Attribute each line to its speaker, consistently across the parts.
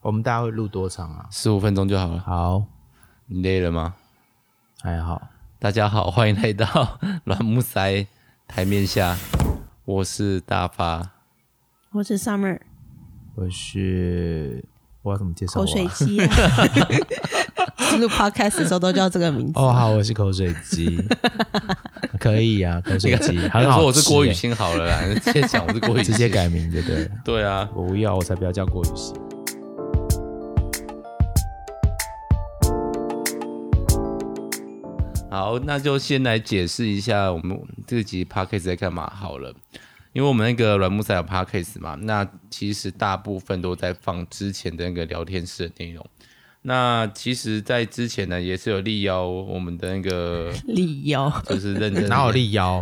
Speaker 1: 我们大概会录多长啊？
Speaker 2: 十五分钟就好了。
Speaker 1: 好，
Speaker 2: 你累了吗？
Speaker 1: 还好。
Speaker 2: 大家好，欢迎来到 软木塞台面下，我是大发。
Speaker 3: 我是 Summer
Speaker 1: 我是我要怎么介绍我
Speaker 3: 口
Speaker 1: 啊、
Speaker 3: 水鸡、啊， 录 Podcast 的时候都叫这个名字。
Speaker 1: 哦，好，我是口水 鸡，可以啊，口水鸡很好。欸
Speaker 2: 说我是郭雨，欣好了啦， 你直接讲我是郭雨欣，
Speaker 1: 直接。改名就对了。
Speaker 2: 对啊，
Speaker 1: 我不要，我才不要叫郭雨欣。
Speaker 2: 好，那就先来解释一下我们这集 podcast 在干嘛好了，因为我们那个软木塞有 podcast 嘛，那其实大部分都在放之前的那个聊天室的内容。那其实，在之前呢，也是有力邀我们的那个，
Speaker 3: 理由
Speaker 2: 就是认 真，
Speaker 1: 哪有力腰？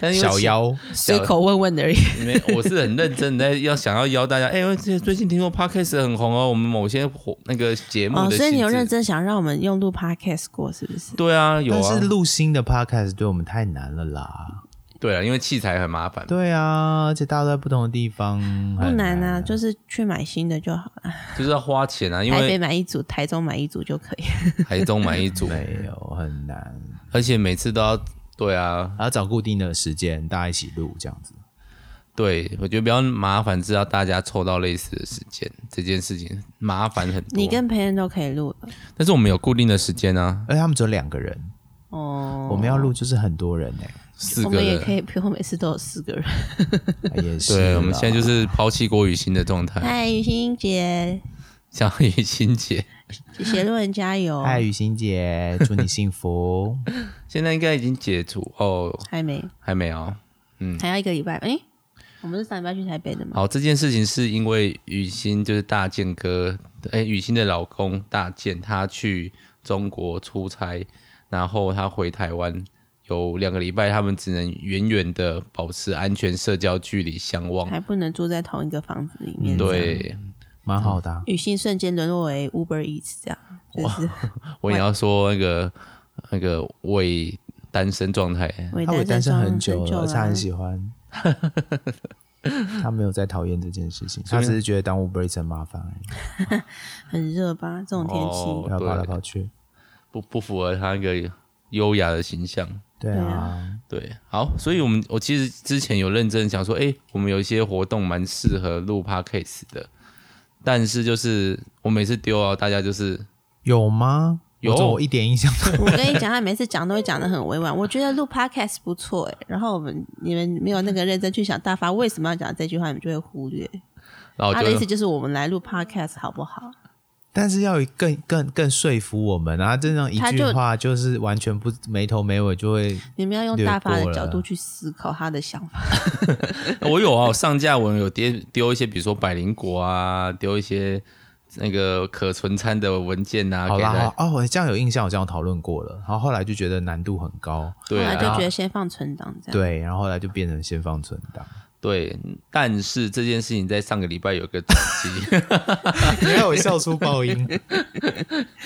Speaker 2: 但因为
Speaker 1: 小腰？
Speaker 3: 随口问问而已。哦
Speaker 2: 没，我是很认真的，要想要邀大家。哎、我最最近听说 podcast 很红哦，我们某些火那个节目的、
Speaker 3: 哦，所以你有认
Speaker 2: 真？
Speaker 3: 真想让我们用录 Podcast 过，是不是？
Speaker 2: 对啊，有
Speaker 1: 但
Speaker 2: 啊
Speaker 1: 是，录新的 podcast 对我们太难了啦。
Speaker 2: 对啊，因为器材很麻烦。
Speaker 1: 对啊，而且大家都在不同的地方，
Speaker 2: 嗯
Speaker 3: 不
Speaker 1: 很
Speaker 3: 难啊，就是去买新的就好了。
Speaker 2: 就是要花钱哎啊，因
Speaker 3: 台北
Speaker 2: 为
Speaker 3: 买一组，台中买一组就可以。
Speaker 2: 台中买 一组，
Speaker 1: 没有哦很难，
Speaker 2: 而且每次都要对啊，
Speaker 1: 还要找固定的时间，大家一起录这样子。
Speaker 2: 对我觉得比较麻烦，是要大家凑到类似的时间，这件事情麻烦很多。
Speaker 3: 你跟培恩都可以录了。
Speaker 2: 但是我们有固定的时间啊，
Speaker 1: 而且他们只有两个人，
Speaker 3: 哦，
Speaker 1: 我们要录就是很多人哎、
Speaker 2: 四
Speaker 3: 我
Speaker 2: 个
Speaker 3: 们也
Speaker 2: 人
Speaker 3: 可。以，比如每次都有四个人。
Speaker 1: 也是啦。啊
Speaker 2: 对，我们现在就是抛弃郭雨欣的状态，
Speaker 3: 嗨，雨欣姐，
Speaker 2: 像 雨欣姐，
Speaker 3: 写论文加油。
Speaker 2: 哎
Speaker 1: 嗨，雨欣姐，祝你幸 福。
Speaker 2: 现在应该已经解除哦，
Speaker 3: 还没，
Speaker 2: 还没哦有。
Speaker 3: 还要一个礼拜。诶，我们是上礼拜去台北的吗？
Speaker 2: 好，这件事情是因为雨欣就是大健哥，哎，雨欣的老公大健他去中国出差，然后他回台湾有两个礼拜，他们只能远远的保持安全社交距离相望。
Speaker 3: 还不能住在同一个房子里面。
Speaker 2: 嗯对，
Speaker 1: 蛮好的啊、
Speaker 3: 女性瞬间沦落为 Uber Eats 这样，就是
Speaker 2: 我也要说那个那个为单身状态，
Speaker 3: 为
Speaker 1: 他我单
Speaker 3: 单
Speaker 1: 身
Speaker 3: 身
Speaker 1: 很
Speaker 3: 久
Speaker 1: 久了，而且他
Speaker 3: 啦
Speaker 1: 很喜 欢。他没有在讨厌这件事情，他只是觉得当 Uber Eats 很麻烦而已，
Speaker 3: 很热吧？这种天
Speaker 2: 哦
Speaker 3: 气，
Speaker 1: 要跑来
Speaker 2: 对
Speaker 1: 跑去。
Speaker 2: 不不符合他那个优雅的形象。
Speaker 1: 对
Speaker 3: 对
Speaker 1: 啊，
Speaker 2: 对，好，所以我们我其实之前有认真想说，诶，我们有一些活动蛮适合录 podcast 的，但是就是我每次丢啊，大家就是
Speaker 1: 有吗？
Speaker 2: 有
Speaker 1: 我怎么我一点印象都
Speaker 3: 我跟你讲，他每次讲都会讲的很委婉。我觉得录 Podcast 不错哎、然后我们你们没有那个认真去想大发为什么要讲这句话，你们就会忽略。
Speaker 2: 然后
Speaker 3: 他的意
Speaker 2: 就
Speaker 3: 思就是我们来录 Podcast 好不好？
Speaker 1: 但是要有更更更说服我们啊！这样一
Speaker 3: 他
Speaker 1: 句
Speaker 3: 就
Speaker 1: 话就是完全不没头没尾，就会
Speaker 3: 你们要用
Speaker 1: 略过
Speaker 3: 大发的
Speaker 1: 了
Speaker 3: 角度去思考他的想法。
Speaker 2: 我有啊，我上架我有丢丢一些，比如说百灵果啊，丢一些那个可存餐的文件啊，
Speaker 1: 好
Speaker 2: 给
Speaker 1: 啦
Speaker 2: 大
Speaker 1: 好
Speaker 2: 家
Speaker 1: 哦，我这样有印象，我这样讨论过了，然后后来就觉得难度很高，
Speaker 2: 对
Speaker 3: 后来就
Speaker 2: 啊
Speaker 3: 觉得先放存档这样。
Speaker 1: 对，啊然后后来就变成先放存档，
Speaker 2: 对，但是这件事情在上个礼拜有个转 机，
Speaker 1: 你看我笑出爆音，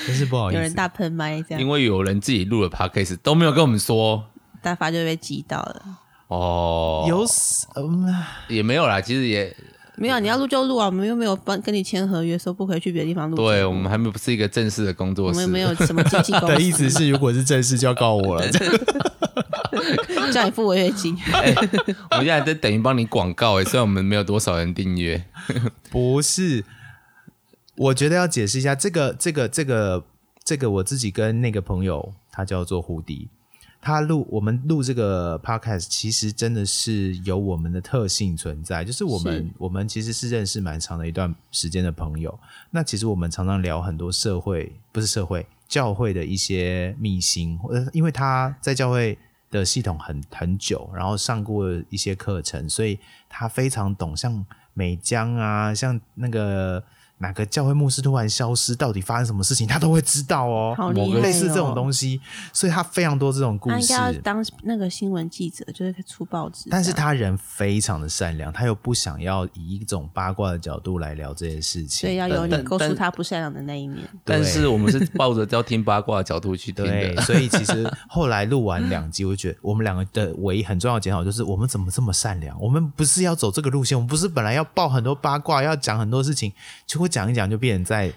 Speaker 1: 真是不好意
Speaker 3: 有人
Speaker 1: 思。
Speaker 3: 大喷麦这
Speaker 2: 因
Speaker 3: 样，
Speaker 2: 为有人自己录了 podcast 都没有跟我们说
Speaker 3: 大发就被激到了。
Speaker 2: 哦，
Speaker 1: 有死嗯，
Speaker 2: 也没有啦，其实也
Speaker 3: 没有，你要录就录啊，我们又没有帮跟你签合约说不可以去别的地方录节目。
Speaker 2: 对我们还没有不是一个正式的工
Speaker 3: 我
Speaker 2: 作室，
Speaker 3: 们没有什么经纪公司
Speaker 1: 的意思是，如果是正式就要告 我了。
Speaker 3: 叫你付违约 金。
Speaker 2: 我们现在在等于帮你广告哎，虽然我们没有多少人订阅，
Speaker 1: 不是，我觉得要解释一下这个这个这个这个我自己跟那个朋友，他叫做胡迪，他录我们录这个 podcast，其实真的是有我们的特性存在，就是我们
Speaker 3: 是
Speaker 1: 我们其实是认识蛮长的一段时间的朋友，那其实我们常常聊很多社会不是社会教会的一些秘辛，或者因为他在教会。的系统很很久，然后上过一些课程，所以他非常懂，像美江啊，像那个哪个教会牧师突然消失，到底发生什么事情，他都会知道哦。
Speaker 3: 好厉害哦
Speaker 1: 类似这种东西，所以他非常多这种故
Speaker 3: 他应该要
Speaker 1: 事。
Speaker 3: 当那个新闻记者，就是出报纸这样。
Speaker 1: 但是他人非常的善良，他又不想要以一种八卦的角度来聊这件事情。
Speaker 3: 所以要有
Speaker 2: 但
Speaker 3: 你勾
Speaker 2: 但
Speaker 3: 出他不善良的那一面。
Speaker 2: 但是我们是抱着要听八卦的角度去听
Speaker 1: 对，
Speaker 2: 的。
Speaker 1: 所以其实后来录完两集，我就觉得我们两个的唯一很重要的检讨就是，我们怎么这么善良？我们不是要走这个路线，我们不是本来要报很多八卦，要讲很多事情，结果讲一讲就变成在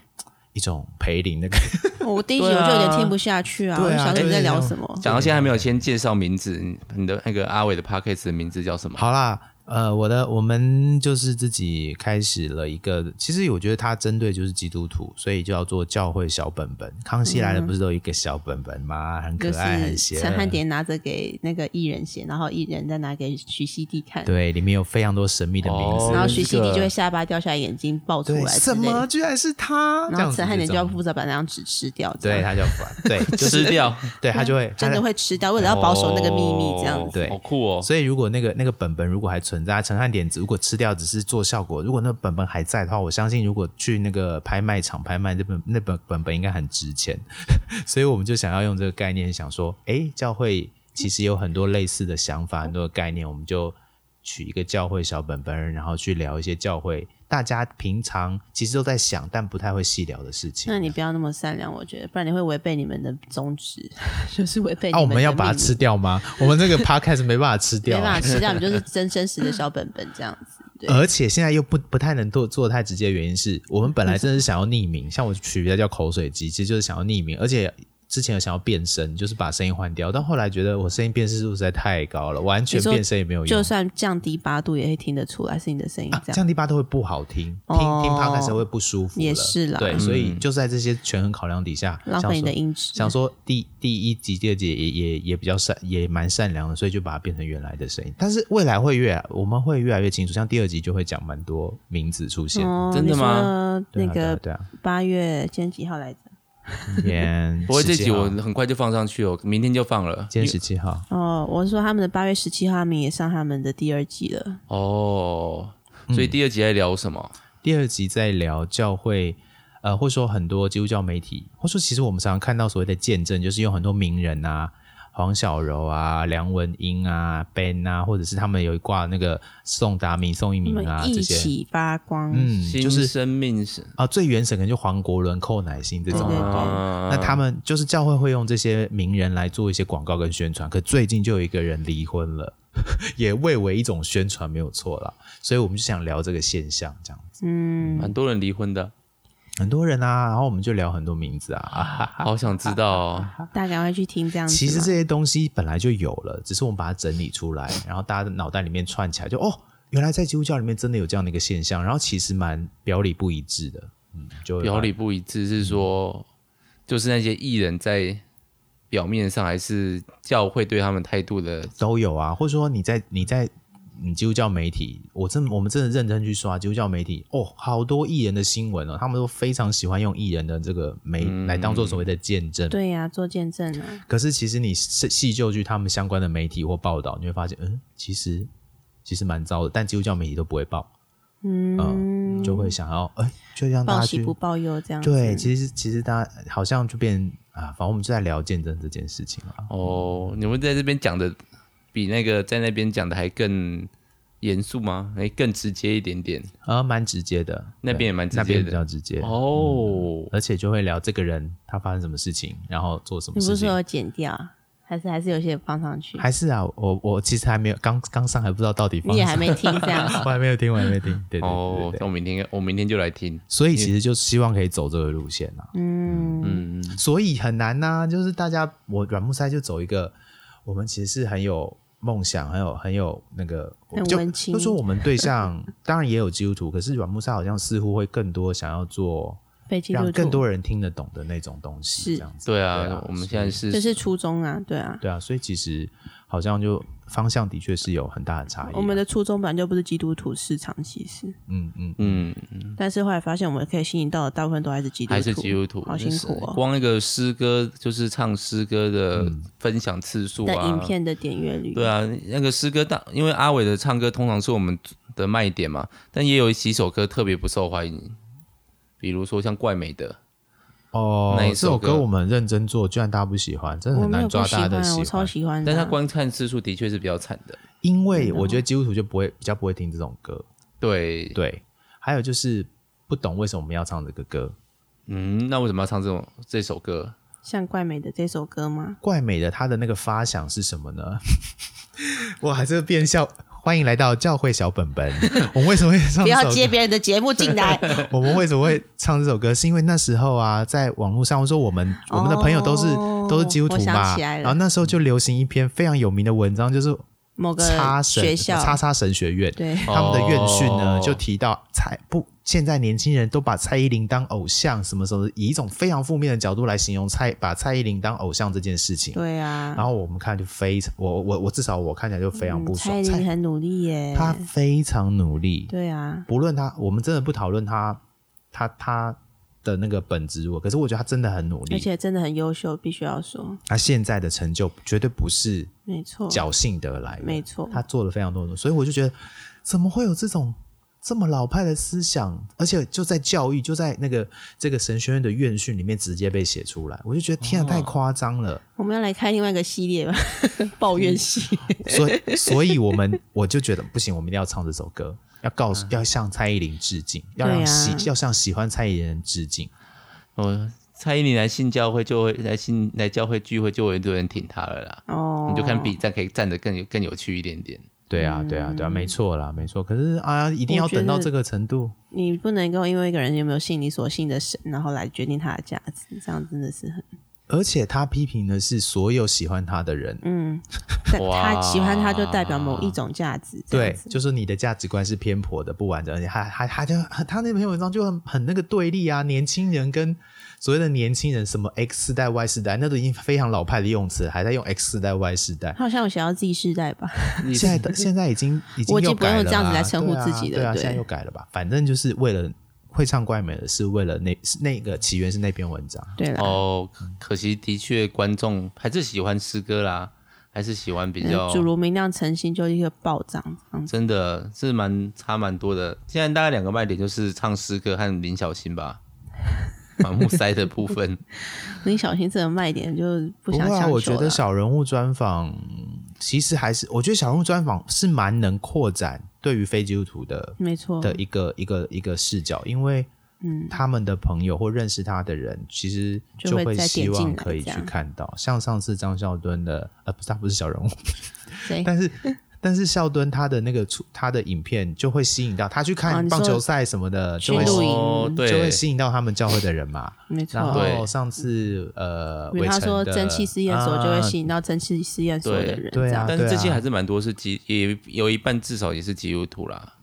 Speaker 1: 一种陪龄的感觉。
Speaker 3: 我第一集
Speaker 2: 对
Speaker 3: 我
Speaker 2: 啊
Speaker 3: 就有点听不下去啊，我
Speaker 1: 对
Speaker 3: 就
Speaker 1: 啊
Speaker 3: 想说你在
Speaker 1: 对
Speaker 3: 聊
Speaker 1: 对
Speaker 3: 什么？
Speaker 2: 讲到现在还没有先介绍名字，你你的那个阿伟的 p a c k a g e 的名字叫什么？
Speaker 1: 好啦，呃，我的我们就是自己开始了一个，其实我觉得它针对就是基督徒，所以就要做教会小本本。康熙来了不是都有一个小本本吗？很
Speaker 3: 就
Speaker 1: 可爱，很邪
Speaker 3: 是
Speaker 1: 恶。
Speaker 3: 陈汉典拿着给那个艺人写，然后艺人再拿给许熙娣看，
Speaker 1: 对，里面有非常多神秘的名字。
Speaker 2: 哦
Speaker 3: 然后
Speaker 2: 这
Speaker 3: 许熙娣
Speaker 2: 个
Speaker 3: 就会下巴掉下来，眼睛爆出
Speaker 1: 对，
Speaker 3: 来之
Speaker 1: 什
Speaker 3: 类
Speaker 1: 么
Speaker 3: 的。
Speaker 1: 居然是他？这
Speaker 3: 然
Speaker 1: 样
Speaker 3: 后
Speaker 1: 子
Speaker 3: 陈汉典就要
Speaker 1: 这种
Speaker 3: 负责把那张纸吃掉，这
Speaker 1: 对，
Speaker 3: 样
Speaker 1: 他就要管， 对，就是
Speaker 2: 吃掉，
Speaker 1: 对他就会
Speaker 3: 真的。
Speaker 1: 他
Speaker 3: 会吃掉，为了要保守那个秘密，这样子。
Speaker 2: 哦
Speaker 1: 对
Speaker 2: 好酷哦。
Speaker 1: 所以，如果那个那个本本如果还存在，陈汉典如果吃掉只是做效果，如果那本本还在的话，我相信如果去那个拍卖场拍卖那本那本本本应该很值钱。 所以我们就想要用这个概念，想说，诶，教会其实有很多类似的想法，很多的概念，我们就取一个教会小本本，然后去聊一些教会大家平常其实都在想但不太会细聊的事情。
Speaker 3: 那你不要那么善良，我觉得，不然你会违背你们的宗旨， 就是违背你
Speaker 1: 啊，我
Speaker 3: 们的
Speaker 1: 们要把它
Speaker 3: 命
Speaker 1: 吃掉吗？ 我们这个 podcast 没办法吃
Speaker 3: 没
Speaker 1: 掉、
Speaker 3: 办法
Speaker 1: 啊。
Speaker 3: 吃掉，你 就是真真实的小本本这样子。对，
Speaker 1: 而且现在又不不太能做做得太直接，的原因是我们本来真的是想要匿名，像我取名叫口水鸡，其实就是想要匿名，而且之前有想要变声，就是把声音换掉，但后来觉得我声音辨识度实在太高了，完全
Speaker 3: 你说
Speaker 1: 变声也没有用
Speaker 3: 就，算降低八度，也会听得出来是你的声音
Speaker 1: 啊
Speaker 3: 这
Speaker 1: 这
Speaker 3: 样。
Speaker 1: 样第八都会不好听，听、
Speaker 3: 哦
Speaker 1: 听 podcast 会不舒服了，
Speaker 3: 也是啦嗯
Speaker 1: 对，所以就在这些权衡考量底下，
Speaker 3: 浪
Speaker 1: 想
Speaker 3: 费你
Speaker 1: 说
Speaker 3: 的音质，哦
Speaker 1: 想说第第一集、第二集也也也比较善，也蛮善良的，所以就把它变成原来的声音。但是未来会越我们会越来越清楚，像第二集就会讲蛮多名字出现。
Speaker 3: 哦，
Speaker 2: 真的吗
Speaker 1: 对
Speaker 3: 你
Speaker 1: 啊
Speaker 3: 说那
Speaker 1: 对啊
Speaker 3: 个
Speaker 1: 对 啊，
Speaker 3: 八月今天几号来着？
Speaker 1: 今天
Speaker 2: 不会这
Speaker 1: 17
Speaker 2: 集我
Speaker 1: 号
Speaker 2: 很快就放上去哦，明天就放了。
Speaker 1: 啊今天十七号，
Speaker 3: 哦，我是说他们的八月十七号，他们也上他们的第二季了。
Speaker 2: 哦，所以第二集在聊什么？
Speaker 1: 第二集在聊教会，呃，或说很多基督教媒体，或说其实我们常常看到所谓的见证，就是有很多名人啊，黄小柔啊、梁文音啊、Ben 啊，或者是他们有一挂那个宋达明、宋一
Speaker 3: 他
Speaker 1: 鸣
Speaker 3: 们
Speaker 1: 啊
Speaker 3: 一
Speaker 1: 这些，
Speaker 3: 起发光，
Speaker 1: 嗯，
Speaker 2: 新
Speaker 1: 就是
Speaker 2: 生命是
Speaker 1: 啊，最原始可能就黄国伦、寇乃馨这种
Speaker 3: 对
Speaker 1: 的。
Speaker 3: 对对
Speaker 2: 啊
Speaker 1: 那他们就是教会会用这些名人来做一些广告跟宣传，可最近就有一个人离婚了， 也蔚为一种宣传，没有错啦。所以我们就想聊这个现象，这样子。
Speaker 3: 嗯，
Speaker 2: 很多人离婚的，
Speaker 1: 很多人啊，然后我们就聊很多名字啊。啊哈哈
Speaker 2: 好想知道哦。
Speaker 3: 大家赶快去听这样子嘛。
Speaker 1: 其实这些东西本来就有了，只是我们把它整理出来，然后大家的脑袋里面串起来就，哦，原来在基督教里面真的有这样的一个现象，然后其实蛮表里不一致的。嗯，就会
Speaker 2: 表
Speaker 1: 把
Speaker 2: 里不一致
Speaker 1: 嗯
Speaker 2: 是说，就是那些艺人在表面上还是教会对他们态度的
Speaker 1: 都有啊，或者说你在你在你基督教媒体，我真我们真的认真去刷基督教媒体哦，好多艺人的新闻哦，他们都非常喜欢用艺人的这个媒、
Speaker 2: 嗯
Speaker 1: 来当做所谓的见证。
Speaker 3: 对呀、做见证啊，
Speaker 1: 可是其实你细细究去他们相关的媒体或报道，你会发现，嗯，其实其实蛮糟的，但基督教媒体都不会报，
Speaker 3: 嗯，
Speaker 1: 就会想要哎、就让大
Speaker 3: 报
Speaker 1: 家
Speaker 3: 喜
Speaker 1: 去
Speaker 3: 不报忧这样子。
Speaker 1: 对，其实其实大家好像就变啊，反正我们就在聊见证这件事情啊了。
Speaker 2: 哦。你们在这边讲的比那个在那边讲的还更严肃吗？哎，更直接一点点
Speaker 1: 啊，蛮直接的，
Speaker 2: 那边
Speaker 1: 对
Speaker 2: 也蛮直
Speaker 1: 那边
Speaker 2: 接
Speaker 1: 比
Speaker 2: 的
Speaker 1: 较直接
Speaker 2: 哦。
Speaker 1: 而且就会聊这个人他发生什么事情，然后做什么
Speaker 3: 你不
Speaker 1: 事
Speaker 3: 是说
Speaker 1: 情。
Speaker 3: 有剪掉，啊还是还是有些放上去？
Speaker 1: 还是啊，我我其实还没有刚刚上，还不知道到底放
Speaker 3: 你也还
Speaker 1: 什么，
Speaker 3: 没听啊这样子
Speaker 1: 我还没有听，我还没有听，对对对对
Speaker 2: 哦，那
Speaker 1: 对
Speaker 2: 我明天我明天就来听。
Speaker 1: 所以其实就希望可以走这个路线啊，
Speaker 3: 嗯，
Speaker 2: 嗯，
Speaker 1: 所以很难呐、就是大家我软木塞就走一个，我们其实是很有梦想，很有很有那个，我
Speaker 3: 很
Speaker 1: 就
Speaker 3: 文青
Speaker 1: 就说我们对象 当然也有基督徒，可是软木塞好像似乎会更多想要做
Speaker 3: 非基督
Speaker 1: 让
Speaker 3: 徒
Speaker 1: 更多人听得懂的那种东西，
Speaker 3: 是
Speaker 1: 这样子。
Speaker 2: 对
Speaker 1: 对
Speaker 2: 啊
Speaker 1: 啊，
Speaker 2: 我们现在
Speaker 3: 这
Speaker 2: 是
Speaker 3: 是初衷啊，对啊。
Speaker 1: 对啊，所以其实好像就方向的确是有很大的差异啊、
Speaker 3: 我们的初衷本来就不是基督徒市场，其实，
Speaker 1: 嗯嗯，
Speaker 2: 嗯，
Speaker 3: 但是后来发现我们可以吸引到的大部分都还是基督徒，
Speaker 2: 还是基督徒，
Speaker 3: 好辛苦哦。
Speaker 2: 光那个诗歌就是唱诗歌的
Speaker 1: 嗯
Speaker 2: 分享次数
Speaker 3: 但
Speaker 2: 啊，
Speaker 3: 影片的点阅率，
Speaker 2: 对啊，那个诗歌大，因为阿伟的唱歌通常是我们的卖点嘛，但也有几首歌特别不受欢迎，比如说像怪美的，
Speaker 1: 哦，
Speaker 2: 那一
Speaker 1: 这首
Speaker 2: 首歌
Speaker 1: 歌我们认真做，居然大家不喜欢，真的
Speaker 3: 我
Speaker 1: 很
Speaker 3: 没有
Speaker 1: 难
Speaker 3: 不
Speaker 1: 抓
Speaker 3: 喜
Speaker 1: 大家
Speaker 3: 欢
Speaker 1: 的
Speaker 3: 啊，我
Speaker 1: 喜
Speaker 3: 超
Speaker 1: 欢。
Speaker 3: 喜欢的
Speaker 2: 但
Speaker 3: 啊，
Speaker 2: 他观看次数的确是比较惨的。
Speaker 1: 因为我觉得基督徒就不会比较不会听这种歌，
Speaker 2: 对，
Speaker 1: 对。还有就是不懂为什么我们要唱这个歌，
Speaker 2: 嗯，那为什么要唱这种这首歌？
Speaker 3: 像怪美的这首歌吗？
Speaker 1: 怪美的它的那个发想是什么呢？哇，这个变笑欢迎来到教会小本本。 我们为什么会唱
Speaker 3: 不
Speaker 1: 这
Speaker 3: 要
Speaker 1: 首歌
Speaker 3: 接别人的节目进 来。
Speaker 1: 我们为什么会唱这首歌？是因为那时候啊，在网络上，我说我们我们的朋友都是、
Speaker 3: 哦
Speaker 1: 都是基督徒
Speaker 3: 我
Speaker 1: 嘛，
Speaker 3: 想起来了
Speaker 1: 然后那时候就流行一篇非常有名的文章，就是
Speaker 3: 某个
Speaker 1: 叉神
Speaker 3: 学校，
Speaker 1: 叉叉神学院，
Speaker 3: 对，
Speaker 1: 他们的院训呢
Speaker 2: 哦
Speaker 1: 就提到蔡不，现在年轻人都把蔡依林当偶像，什么什么，以一种非常负面的角度来形容蔡把蔡依林当偶像这件事情。
Speaker 3: 对啊。
Speaker 1: 然后我们看就非常，我我我至少我看起来就非常不
Speaker 3: 嗯
Speaker 1: 爽。
Speaker 3: 蔡依林
Speaker 1: 蔡
Speaker 3: 很努力耶，
Speaker 1: 她非常努力，
Speaker 3: 对啊，
Speaker 1: 不论他，我们真的不讨论他，他他的那个本质如何，可是我觉得他真的很努
Speaker 3: 而
Speaker 1: 力，
Speaker 3: 且真的很优秀，必须要说，
Speaker 1: 他现在的成就绝对不是
Speaker 3: 没错，
Speaker 1: 侥幸得来的，
Speaker 3: 没错
Speaker 1: 他做了非常多的，所以我就觉得怎么会有这种这么老派的思想，而且就在教育，就在那个这个神学院的院训里面直接被写出来，我就觉得天啊，太夸张了。
Speaker 3: 我们要来开另外一个系列吧， 抱怨系。
Speaker 1: 所 以，所以我们我就觉得不行，我们一定要唱这首歌，要告诉，要向蔡依林致敬，要让
Speaker 3: 啊对啊
Speaker 1: 喜，要向喜欢蔡依林的人致敬。
Speaker 2: 哦，蔡依林来信教会就会来信来教会聚会就有一堆人挺她了啦。
Speaker 3: 哦，
Speaker 2: 你就看比战可以站得更有更有趣一点点。
Speaker 1: 对啊，对啊，对啊，没错啦，没错。可是啊，一定要等到这个程度，
Speaker 3: 你不能够因为一个人有没有信你所信的神，然后来决定他的价值，这样真的是很
Speaker 1: 而且他批评的是所有喜欢他的人，
Speaker 3: 嗯，但
Speaker 2: 哇
Speaker 3: 他喜欢他就代表某一种价值，这样
Speaker 1: 对
Speaker 3: 子，
Speaker 1: 就是你的价值观是偏颇的、不完整，而且还还还就他那篇文章就很很那个对立啊，年轻人跟所谓的年轻人，什么 X 世代、Y 世代，那都已经非常老派的用词，还在用 X 世代、Y 世代。
Speaker 3: 他好像有想要 Z 世代吧？
Speaker 2: 你
Speaker 1: 现在的现在已经已经
Speaker 3: 我已经
Speaker 1: 又
Speaker 3: 不用
Speaker 1: 改了啦，
Speaker 3: 这样子来称呼
Speaker 1: 对啊
Speaker 3: 自己了
Speaker 1: 对啊，
Speaker 3: 对
Speaker 1: 现在又改了吧？反正就是为了会唱怪美的是为了那是那个起源是那篇文章。
Speaker 3: 对啦，
Speaker 2: 哦，可可惜的确观众还是喜欢诗歌啦，还是喜欢比较
Speaker 3: 嗯主如明亮诚心就一个暴涨，嗯这样子
Speaker 2: 真的是蛮差蛮多的。现在大概两个卖点就是唱诗歌和林小新吧，满目塞的部分。
Speaker 3: 林小新这个卖点就不
Speaker 1: 不
Speaker 3: 想
Speaker 1: 会
Speaker 3: 强
Speaker 1: 啊，
Speaker 3: 求
Speaker 1: 我觉
Speaker 3: 了
Speaker 1: 得小人物专访其实还是，我觉得小人物专访是蛮能扩展对于非基督徒的
Speaker 3: 没错，
Speaker 1: 的一个一个一个视角，因为
Speaker 3: 哦嗯，
Speaker 1: 他们的朋友或认识他的人，其实
Speaker 3: 就
Speaker 1: 就
Speaker 3: 会
Speaker 1: 会
Speaker 3: 再
Speaker 1: 希
Speaker 3: 点进
Speaker 1: 望
Speaker 3: 来
Speaker 1: 可以
Speaker 3: 这
Speaker 1: 去
Speaker 3: 样
Speaker 1: 看到，像上次张孝敦的，呃，不是他不是小人物，
Speaker 3: 谁？
Speaker 1: 但是但是孝敦他的那个出他的影片就会吸引到他去
Speaker 3: 啊
Speaker 1: 看
Speaker 3: 你
Speaker 1: 棒
Speaker 3: 说
Speaker 1: 球赛什么的，就
Speaker 3: 去
Speaker 1: 会
Speaker 3: 露
Speaker 1: 吸
Speaker 3: 营
Speaker 2: 哦，对，
Speaker 1: 就会吸引到他们教会的人嘛。
Speaker 3: 没错
Speaker 1: 然，后
Speaker 2: 对
Speaker 1: 上次呃，
Speaker 3: 因为
Speaker 1: 伟
Speaker 3: 他
Speaker 1: 成
Speaker 3: 说
Speaker 1: 的
Speaker 3: 蒸汽实验所就会
Speaker 1: 啊
Speaker 3: 吸引到蒸汽实验所的
Speaker 2: 对
Speaker 3: 人，
Speaker 1: 对啊
Speaker 3: 这样
Speaker 2: 但是这些还是蛮多是基，也有一半至少也是基督徒啦。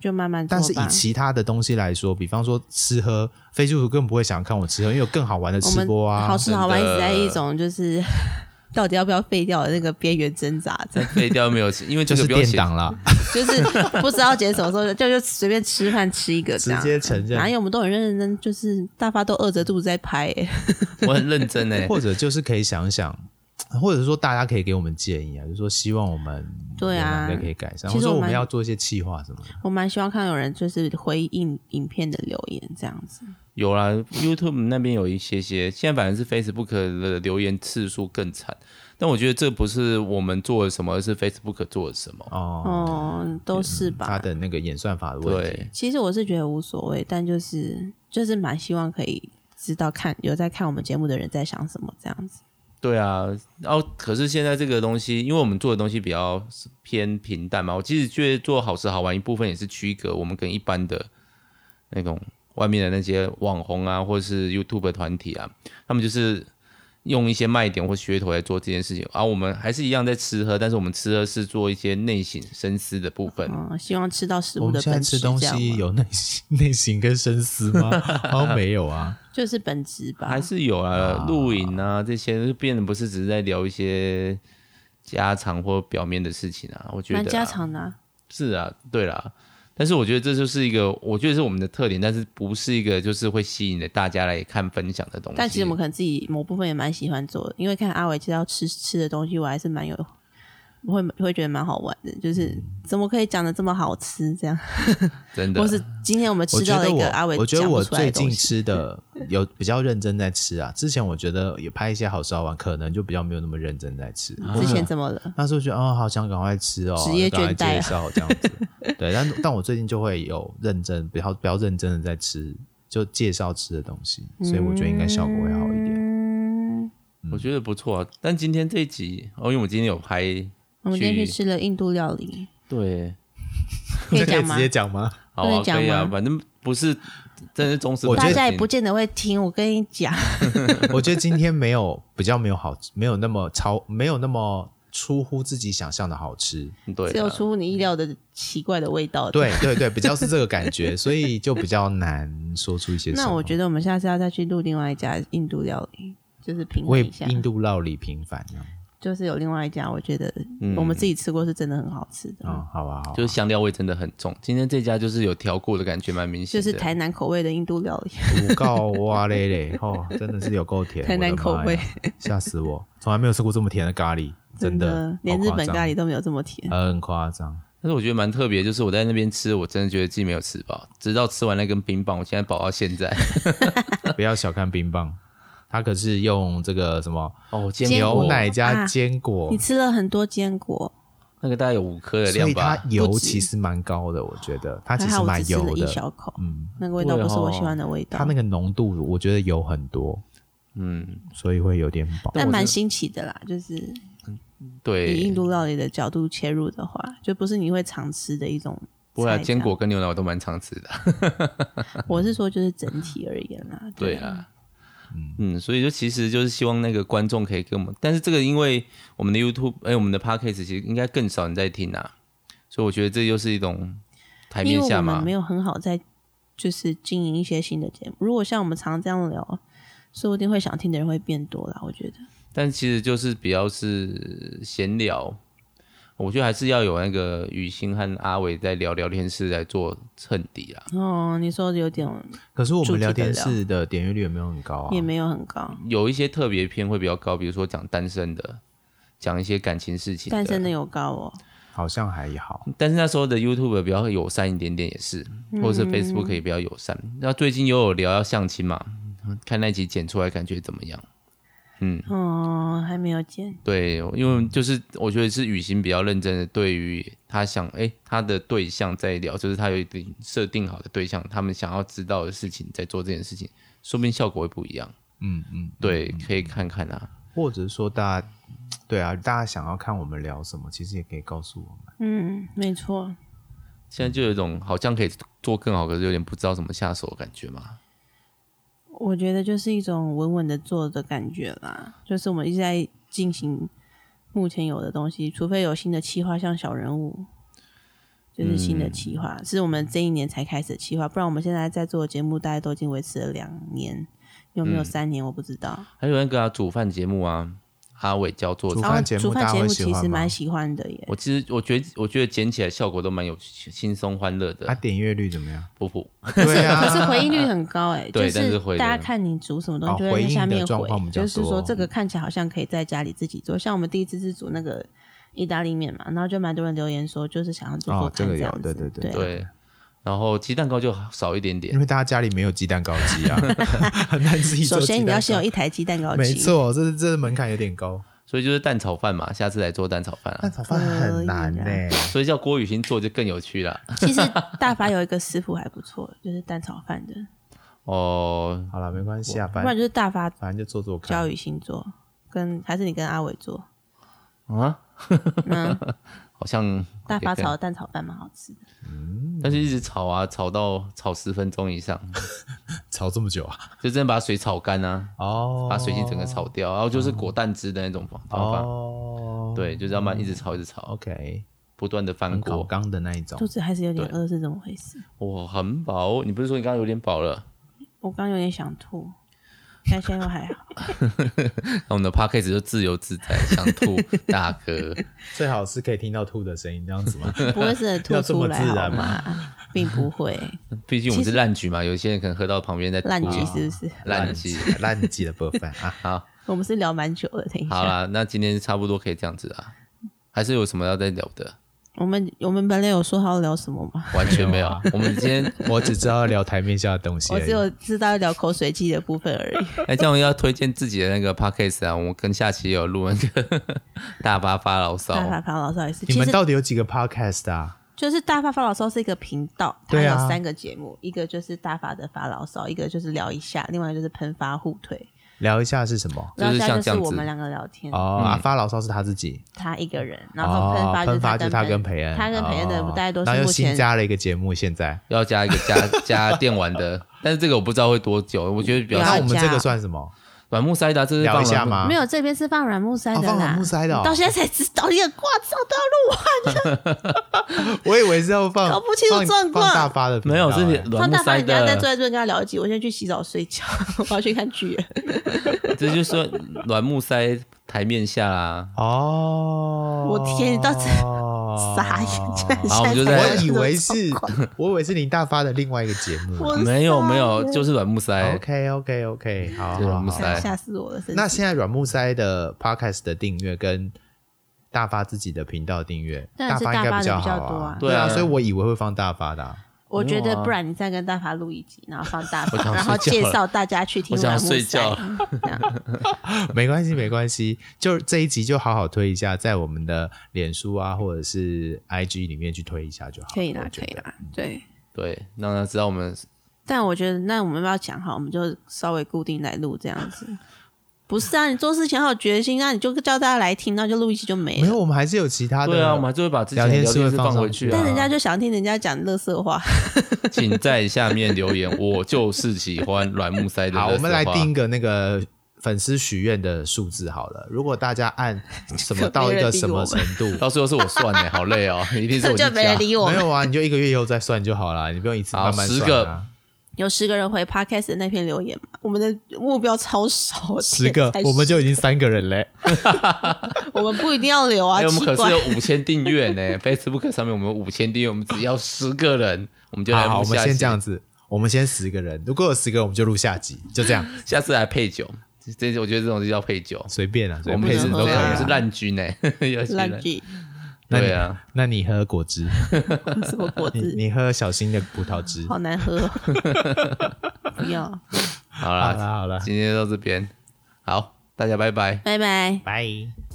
Speaker 3: 就慢慢做
Speaker 1: 但是以
Speaker 3: 吧。
Speaker 1: 其他的东西来说，比方说吃喝，非基督徒根本不会想看我吃喝，因为有更好玩的
Speaker 3: 我
Speaker 1: 吃
Speaker 3: 们
Speaker 1: 播啊
Speaker 3: 好。吃好玩一直在一种就是 到底要不要废掉的那个边缘挣扎，这
Speaker 2: 但
Speaker 3: 样
Speaker 2: 废掉没有，因为
Speaker 1: 就是
Speaker 2: 这个不要
Speaker 1: 电
Speaker 2: 写
Speaker 1: 档啦，
Speaker 3: 就是不知道姐什么时候 就就随便吃饭吃一个 这
Speaker 1: 直
Speaker 3: 样。
Speaker 1: 接承
Speaker 3: 哪
Speaker 1: 认，
Speaker 3: 有我们都很认真，就是大发都饿着肚子在拍、欸，
Speaker 2: 我很认真 哎、
Speaker 1: 或者就是可以想想，或者说大家可以给我们建议啊，就是说希望我们
Speaker 3: 对啊
Speaker 1: 应该可以改善，
Speaker 3: 其
Speaker 1: 或
Speaker 3: 实
Speaker 1: 者说
Speaker 3: 我
Speaker 1: 我们
Speaker 3: 蛮
Speaker 1: 要做一些企划什么的。
Speaker 3: 我蛮希望看到有人就是回应影片的留言这样子。
Speaker 2: 有啦，YouTube 那边有一些些，现在反而是 Facebook 的留言次数更惨。但我觉得这不是我们做了什么，而是 Facebook 做了什么。
Speaker 1: 哦，嗯
Speaker 3: 哦，都是
Speaker 1: 他
Speaker 3: 吧。
Speaker 1: 的那个演算法的问题，
Speaker 2: 对，
Speaker 3: 其实我是觉得无所谓，但就是就是蛮希望可以知道看有在看我们节目的人在想什么这样子。
Speaker 2: 对啊。然后，可是现在这个东西，因为我们做的东西比较偏平淡嘛，我其实觉得做好吃好玩一部分也是区隔我们跟一般的那种外面的那些网红啊，或者是 YouTube 团体啊，他们就是用一些卖点或噱头来做这件事情。而、我们还是一样在吃喝，但是我们吃喝是做一些内省深思的部分。
Speaker 3: 嗯，希望吃到食
Speaker 1: 我
Speaker 3: 物
Speaker 1: 们
Speaker 3: 的
Speaker 1: 现在
Speaker 3: 本
Speaker 1: 吃
Speaker 3: 质，
Speaker 1: 东
Speaker 3: 这样
Speaker 1: 西
Speaker 3: 吗
Speaker 1: 有内心 内心跟深思吗？好像没有啊。
Speaker 3: 就是本质吧。
Speaker 2: 还是有啊，露营啊这些就变得不是只是在聊一些家常或表面的事情啊，我觉得
Speaker 3: 蛮
Speaker 2: 啊
Speaker 3: 家常的、啊，
Speaker 2: 是啊，对啦。但是我觉得这就是一个，我觉得是我们的特点，但是不是一个就是会吸引了大家来看分享的东西。
Speaker 3: 但其实我们可能自己某部分也蛮喜欢做的，因为看阿伟介绍吃吃的东西，我还是蛮有会会觉得蛮好玩的，
Speaker 1: 嗯
Speaker 3: 就是怎么可以讲的这么好吃这样，
Speaker 2: 真的
Speaker 3: 或是今天我们
Speaker 1: 我
Speaker 3: 吃
Speaker 1: 觉
Speaker 3: 到了
Speaker 1: 得
Speaker 3: 一个阿伟
Speaker 1: 我，我觉得
Speaker 3: 讲不
Speaker 1: 我
Speaker 3: 出来
Speaker 1: 最
Speaker 3: 的东
Speaker 1: 近
Speaker 3: 西，
Speaker 1: 吃的有比较认真在吃啊。之前我觉得也拍一些好吃好玩，可能就比较没有那么认真在吃。嗯
Speaker 3: 之前怎么了？
Speaker 1: 那时候觉得哦，好想赶快吃哦，
Speaker 3: 啊职业
Speaker 1: 赶快
Speaker 3: 倦怠啊
Speaker 1: 介绍这样子。对，但但我最近就会有认真，比较比较认真的在吃，就介绍吃的东西，所以我觉得应该效果会好一 点。
Speaker 3: 嗯，
Speaker 2: 我觉得不错啊。但今天这一集，哦，因为我今天有拍
Speaker 3: 我们今天去
Speaker 2: 去
Speaker 3: 吃了印度料理，
Speaker 2: 对，
Speaker 3: 可以
Speaker 1: 这可以
Speaker 3: 讲
Speaker 1: 直
Speaker 3: 吗？
Speaker 1: 接讲吗？
Speaker 2: 好
Speaker 3: 不
Speaker 2: 啊，
Speaker 3: 能讲
Speaker 2: 可以啊，
Speaker 3: 吗
Speaker 2: 反正不是，真的是忠实
Speaker 1: 我
Speaker 2: 粉丝。
Speaker 1: 觉得
Speaker 3: 大家也不见得会听，我跟你讲，
Speaker 1: 我觉得今天没有比较没有好，没有那么超，没有那么出乎自己想象的好吃。
Speaker 2: 对啊，
Speaker 3: 只有出乎你意料的奇怪的味道。
Speaker 1: 对对对，比较是这个感觉，所以就比较难说出一些什么。
Speaker 3: 那我觉得我们下次要再去录另外一家印度料理，就是平衡
Speaker 1: 为
Speaker 3: 一下。
Speaker 1: 印度料理平凡这样
Speaker 3: 就是有另外一家，我觉得
Speaker 2: 嗯
Speaker 3: 我们自己吃过是真的很好吃的，
Speaker 1: 啊、好啊，好啊
Speaker 2: 就是香料味真的很重。今天这家就是有调过的感觉，蛮明显的。
Speaker 3: 就是台南口味的印度料 理。
Speaker 1: 五告哇嘞嘞， 哦，真的是有够甜，
Speaker 3: 台南
Speaker 1: 我的妈呀
Speaker 3: 口味，
Speaker 1: 吓死我！从来没有吃过这么甜的咖喱，真的
Speaker 3: 的，，连
Speaker 1: 好
Speaker 3: 日
Speaker 1: 夸
Speaker 3: 本
Speaker 1: 张
Speaker 3: 咖喱都没有这么甜。
Speaker 1: 很夸张。
Speaker 2: 但是我觉得蛮特别，就是我在那边吃，我真的觉得自己没有吃饱，直到吃完那根冰棒，我现在饱到现在。
Speaker 1: 不要小看冰棒，它可是用这个什么
Speaker 2: 哦，煎
Speaker 3: 坚果
Speaker 1: 牛奶加
Speaker 3: 啊
Speaker 1: 坚果
Speaker 3: 你，吃了很多坚果，
Speaker 2: 那个大概有五颗的
Speaker 1: 所
Speaker 2: 量
Speaker 1: 以它
Speaker 2: 吧。
Speaker 1: 油
Speaker 3: 不止
Speaker 1: 其实蛮高的，我觉得它
Speaker 3: 还
Speaker 1: 其
Speaker 3: 好
Speaker 1: 实
Speaker 3: 我只
Speaker 1: 蛮
Speaker 3: 吃了
Speaker 1: 油
Speaker 3: 一
Speaker 1: 的，
Speaker 3: 小口，
Speaker 1: 嗯，啊
Speaker 3: 那个味道不是我喜欢的味道
Speaker 1: 它，那个浓度我觉得油很多，
Speaker 2: 嗯，
Speaker 1: 所以会有点饱。
Speaker 3: 但蛮新奇的啦。就是以
Speaker 2: 对
Speaker 3: 印，度料理的角度切入的话，就不是你会常吃的一种。
Speaker 2: 不过啊坚，果跟牛奶我都蛮常吃的。
Speaker 3: 我是说就是整体而言啦。
Speaker 2: 对，啊，嗯，所以就其实就是希望那个观众可以给我们，但是这个因为我们的 YouTube 哎、我们的 Podcast 其实应该更少人在听啊，所以我觉得这就是一种台
Speaker 3: 因
Speaker 2: 面
Speaker 3: 为
Speaker 2: 下
Speaker 3: 我
Speaker 2: 嘛
Speaker 3: 们没，有很好在就是经营一些新的节目。如果像我们常这样聊，说不定会想听的人会变多啦。我觉得
Speaker 2: 但其实就是比较是闲聊。我觉得还是要有那个雨欣和阿伟在聊聊天室来做衬底啊啦，
Speaker 3: 哦，你说的有点
Speaker 1: 可是我
Speaker 3: 主
Speaker 1: 们
Speaker 3: 题
Speaker 1: 聊
Speaker 3: 的
Speaker 1: 天
Speaker 3: 聊
Speaker 1: 室的点阅率有没有很高啊？
Speaker 3: 也没有很高，
Speaker 2: 有一些特别篇会比较高，比如说讲单身的，讲一些感情事情。
Speaker 3: 但真的有高哦。
Speaker 1: 好像还好。
Speaker 2: 但是那时候的 YouTube 比较友善一点点，也是，或者是 Facebook 也比较友善。那最近又有聊要相亲嘛，看那集剪出来感觉怎么样？嗯
Speaker 3: 哦，还没有见。
Speaker 2: 对，因为就是我觉得是雨欣比较认真的，对于他想哎、他的对象在聊，就是他有一定设定好的对象，他们想要知道的事情在做这件事情，说不定效果会不一样。
Speaker 1: 嗯嗯，
Speaker 2: 对，可以看看啊。
Speaker 1: 或者说大家，对啊，大家想要看我们聊什么，其实也可以告诉我们。
Speaker 3: 嗯，没错。
Speaker 2: 现在就有一种好像可以做更好，可是有点不知道怎么下手的感觉嘛。
Speaker 3: 我觉得就是一种稳稳的做的感觉啦，就是我们一直在进行目前有的东西，除非有新的企划，像小人物，就是新的企
Speaker 1: 嗯
Speaker 3: 划，是我们这一年才开始的企划，不然我们现在在做的节目，大概都已经维持了两年，有
Speaker 1: 嗯
Speaker 3: 没有三年我不知道。
Speaker 2: 还有那个、啊、煮饭节目啊，阿伟教做
Speaker 1: 煮
Speaker 2: 菜
Speaker 1: 饭节目
Speaker 3: 煮饭
Speaker 1: 大家
Speaker 3: 节
Speaker 1: 会
Speaker 3: 目
Speaker 1: 喜
Speaker 3: 其
Speaker 1: 欢
Speaker 3: 实
Speaker 1: 吗
Speaker 3: 蛮喜欢的耶，
Speaker 2: 我其实我觉得，我觉得剪起来效果都蛮有轻松欢乐
Speaker 1: 啊，
Speaker 2: 的，
Speaker 1: 点阅率怎么 样？
Speaker 2: 普普。
Speaker 1: 对啊，
Speaker 3: 可是回应率很高哎、
Speaker 2: 对
Speaker 3: 就
Speaker 2: 但是回的
Speaker 3: 大家看你煮什么东
Speaker 1: 哦
Speaker 3: 西，就会在下
Speaker 1: 回应的
Speaker 3: 面
Speaker 1: 状
Speaker 3: 回
Speaker 1: 况比，较多
Speaker 3: 就是说这个看起来好像可以在家里自己做。像我们第一次是煮那个意大利面嘛，然后就蛮多人留言说，就是想要做做
Speaker 1: 哦这
Speaker 3: 看
Speaker 1: 个有
Speaker 3: 样子，
Speaker 1: 对对
Speaker 3: 对
Speaker 1: 对嗯
Speaker 3: 啊
Speaker 2: 对，然后鸡蛋糕就少一点
Speaker 1: 因
Speaker 2: 点。
Speaker 1: 为大家家里没有鸡蛋糕机啊， 很难自己做
Speaker 3: 首
Speaker 1: 鸡蛋糕。
Speaker 3: 先你要先有一台鸡蛋糕
Speaker 1: 没
Speaker 3: 机，
Speaker 1: 错，这这门槛有点高，
Speaker 2: 所以就是蛋炒饭嘛，下次来做蛋炒饭啊
Speaker 1: 但。炒饭很难呢、
Speaker 3: 可啊
Speaker 2: 所以叫郭雨欣做就更有趣啦。
Speaker 3: 其实大发有一个师傅还不错，就是蛋炒饭 的，
Speaker 2: 哦，
Speaker 1: 好了，没关系啊，
Speaker 3: 不
Speaker 1: 反
Speaker 3: 然
Speaker 1: 正
Speaker 3: 就是大发
Speaker 1: 反正就做做
Speaker 3: 教
Speaker 1: 看。
Speaker 3: 雨星座，跟还是你跟阿伟做，
Speaker 2: 啊，
Speaker 3: 嗯，
Speaker 2: 好像
Speaker 3: 大发
Speaker 2: 也可以
Speaker 3: 炒的，蛋炒饭蛮好吃的。
Speaker 2: 但是一直炒啊，炒到炒十分钟以上，
Speaker 1: 炒这么久啊？
Speaker 2: 就真的把水炒干啊，
Speaker 1: 哦，
Speaker 2: 把水性整个炒掉，然后就是裹蛋汁的那种方法。
Speaker 1: 哦，
Speaker 2: 对，就是要慢慢一直炒，一直炒，
Speaker 1: ，OK，
Speaker 2: 不断的翻
Speaker 1: 很搞
Speaker 2: 锅。
Speaker 1: 刚的那一种
Speaker 3: 肚。子还是有点饿，是怎么回事？
Speaker 2: 我很饱，你不是说你刚刚有点饱了？
Speaker 3: 我刚有点想吐，但现在又还好。
Speaker 2: 那我们的 podcast 就自由自在，想吐大 哥。
Speaker 1: 最好是可以听到吐的声音，这样子吗？
Speaker 3: 不会是
Speaker 1: 要
Speaker 3: 吐
Speaker 1: 这
Speaker 3: 出
Speaker 1: 么
Speaker 3: 来
Speaker 1: 自
Speaker 3: 好
Speaker 1: 然
Speaker 3: 吗？并 不会，
Speaker 2: 毕竟我们是烂局嘛，有些人可能喝到旁边在
Speaker 3: 烂
Speaker 2: 吐
Speaker 3: 局
Speaker 2: 啊
Speaker 3: 是不是？
Speaker 2: 烂局。
Speaker 1: 烂鸡的部分啊，
Speaker 3: 我们是聊蛮久的，等一
Speaker 2: 好
Speaker 3: 下，
Speaker 2: 啦，那今天差不多可以这样子啊，还是有什么要再聊的？
Speaker 3: 我们我们本来有说好要聊什么吗？
Speaker 2: 完全没
Speaker 1: 没有
Speaker 2: 有
Speaker 1: 啊。
Speaker 2: 我们今 天
Speaker 1: 我只知道聊台面下的东西
Speaker 3: 我
Speaker 1: 而
Speaker 3: 只
Speaker 1: 已。
Speaker 3: 有知道聊口水鸡的部 分而已。
Speaker 2: 哎，这样要推荐自己的那个 podcast 啊，我们跟下期有录那个 大巴发牢骚
Speaker 3: 大。发发牢骚也是，
Speaker 1: 你
Speaker 3: 其
Speaker 1: 们
Speaker 3: 实
Speaker 1: 到底有几个 podcast 啊？
Speaker 3: 就是大发发牢骚是一个频道，它
Speaker 1: 对
Speaker 3: 有
Speaker 1: 啊
Speaker 3: 三个节目，一个就是大发的发牢骚，一个就是聊一下，另外就是喷发互推。
Speaker 1: 聊一下是什么？
Speaker 2: 就是
Speaker 3: 然后
Speaker 2: 像
Speaker 3: 现
Speaker 2: 这
Speaker 3: 在
Speaker 2: 样子
Speaker 3: 就是我们两个聊天，
Speaker 1: 哦，啊发牢骚是他自己，
Speaker 3: 他一个人，嗯然后
Speaker 1: 哦，
Speaker 3: 喷
Speaker 1: 喷
Speaker 3: 发
Speaker 1: 发
Speaker 3: 就是
Speaker 1: 他
Speaker 3: 跟
Speaker 1: 跟培恩，
Speaker 3: 他跟培恩的
Speaker 1: 哦
Speaker 3: 大概都
Speaker 1: 然
Speaker 3: 是
Speaker 1: 后
Speaker 3: 目
Speaker 1: 又新
Speaker 3: 前
Speaker 1: 加了一个节目，现在
Speaker 2: 要加一个加 加电玩的，但是这个我不知道会多久，我觉得比较
Speaker 3: 要
Speaker 1: 那
Speaker 2: 像
Speaker 1: 我们
Speaker 3: 加
Speaker 1: 这个算什么？
Speaker 2: 软木塞达，啊这是
Speaker 1: 聊
Speaker 2: 放
Speaker 1: 一下
Speaker 2: 软木
Speaker 1: 吗？
Speaker 3: 没有这边是放软木塞
Speaker 1: 啊哦
Speaker 3: 的啦，
Speaker 1: 放软木塞的哦
Speaker 3: 你到现在才知道，啊你很夸张，都要录
Speaker 1: 我以为是要放
Speaker 3: 搞不清楚
Speaker 1: 放
Speaker 3: 状况
Speaker 1: 放大发的频道，
Speaker 2: 没有，这是
Speaker 1: 哎
Speaker 2: 软
Speaker 3: 完。放
Speaker 2: 木
Speaker 3: 大发，
Speaker 2: 塞
Speaker 3: 你不要再
Speaker 2: 的，
Speaker 3: 坐在这边跟他聊一集，我先去洗澡睡觉， 我要去看剧了。
Speaker 2: 这就是说软木塞台面下啊啦。
Speaker 1: 哦，
Speaker 3: 我天你到这 傻眼，
Speaker 1: 哦
Speaker 3: 居然现
Speaker 2: 好我们
Speaker 3: 在
Speaker 2: 就
Speaker 3: 才
Speaker 2: 在
Speaker 3: 知
Speaker 1: 我
Speaker 3: 道
Speaker 1: 以为
Speaker 3: 状
Speaker 1: 是
Speaker 3: 况
Speaker 1: 我以为是林大发的另外一个节目。
Speaker 3: 我
Speaker 2: 没有
Speaker 3: 傻
Speaker 2: 没有，
Speaker 3: 眼
Speaker 2: 就是软木塞，
Speaker 1: 哦 OK OK OK，好
Speaker 2: 就是
Speaker 1: 好
Speaker 2: 软木
Speaker 1: 好。
Speaker 2: 塞
Speaker 3: 吓死我了！真是
Speaker 1: 那现在软木塞的 Podcast 的订阅跟大发自己的频道订阅，
Speaker 3: 当然是
Speaker 1: 发应该比较
Speaker 3: 大发的比较
Speaker 1: 好
Speaker 3: 多啊
Speaker 1: 对啊，
Speaker 2: 对啊
Speaker 1: 所以我以为会放大发的啊。
Speaker 3: 我觉
Speaker 2: 没
Speaker 3: 得
Speaker 2: 有啊
Speaker 3: 不然你再跟大发录一集，然后放大
Speaker 2: 我
Speaker 3: 发，
Speaker 2: 想
Speaker 3: 然后
Speaker 2: 睡觉
Speaker 3: 介
Speaker 2: 了
Speaker 3: 绍大家去听
Speaker 2: 我想
Speaker 3: 软木
Speaker 2: 睡
Speaker 3: 塞
Speaker 2: 觉。
Speaker 3: 这样
Speaker 1: 没关系，没关系，就这一集就好好推一下，在我们的脸书啊或者是 IG 里面去推一下就好。
Speaker 3: 可以啦
Speaker 1: 我，觉
Speaker 3: 可
Speaker 1: 得
Speaker 3: 以啦，对。
Speaker 2: 对，让他知道我们
Speaker 3: 但我觉得，那我们要不要讲好，我们就稍微固定来录这样子。不是啊，你做事前要有决心，啊那你就叫大家来听，那就录一期就没
Speaker 1: 没
Speaker 3: 了
Speaker 1: 有，。我们还是有其他的。
Speaker 2: 对啊，我们还是会把之前
Speaker 1: 聊
Speaker 2: 的
Speaker 1: 天
Speaker 2: 聊
Speaker 1: 室
Speaker 2: 天
Speaker 1: 会
Speaker 2: 室
Speaker 1: 放
Speaker 2: 放
Speaker 1: 上
Speaker 2: 回
Speaker 1: 去
Speaker 2: 去啊
Speaker 3: 但。人家就想听人家讲乐色话，
Speaker 2: 请在下面留言，我就是喜欢软木塞的。啊
Speaker 1: 好，我们来定一个那个粉丝许愿的数字好了。如果大家按什么到一个什么程度，
Speaker 2: 到时候是我算的，好累哦，一定是我去
Speaker 3: 就没人
Speaker 2: 加。
Speaker 3: 理我
Speaker 1: 没
Speaker 3: 们。
Speaker 1: 有 啊，你就一个月以后再算就好啦，你不用一次
Speaker 2: 好
Speaker 1: 慢慢
Speaker 2: 10
Speaker 1: 算、
Speaker 2: 个
Speaker 1: 啊。
Speaker 3: 有十个人回 podcast 的那篇留言嘛？我们的目标超少，
Speaker 1: 十 个
Speaker 3: 才，
Speaker 1: 我们就已经三个人嘞。
Speaker 3: 我们不一定要留啊，
Speaker 2: 哎，我们
Speaker 3: 奇
Speaker 2: 可是
Speaker 3: 怪。
Speaker 2: 有五千订阅呢，Facebook 上面我们五千订阅，我们只要十个人，我们就来
Speaker 1: 好，
Speaker 2: 录
Speaker 1: 我们
Speaker 2: 下
Speaker 1: 先
Speaker 2: 集
Speaker 1: 这。样子，我们先十个人，如果有十个，我们就录下集，就这样，
Speaker 2: 下次来配酒，这我觉得这种就叫配酒。
Speaker 1: 随便啊，随
Speaker 2: 我
Speaker 1: 便配
Speaker 2: 们是
Speaker 1: 置都可以、
Speaker 2: 我们是
Speaker 1: 啊。
Speaker 2: 烂军呢， 有些人
Speaker 3: 烂剧，
Speaker 1: 那你
Speaker 2: 对啊，
Speaker 1: 那你喝果汁，
Speaker 3: 什么果
Speaker 1: 你
Speaker 3: 汁，
Speaker 1: 你喝小新的葡萄汁。
Speaker 3: 好 难喝，不要，
Speaker 2: 好
Speaker 1: 好
Speaker 2: 啦，
Speaker 1: 了好了，
Speaker 2: 今天就到这边，好，大家拜拜。
Speaker 3: 拜拜。
Speaker 1: 拜。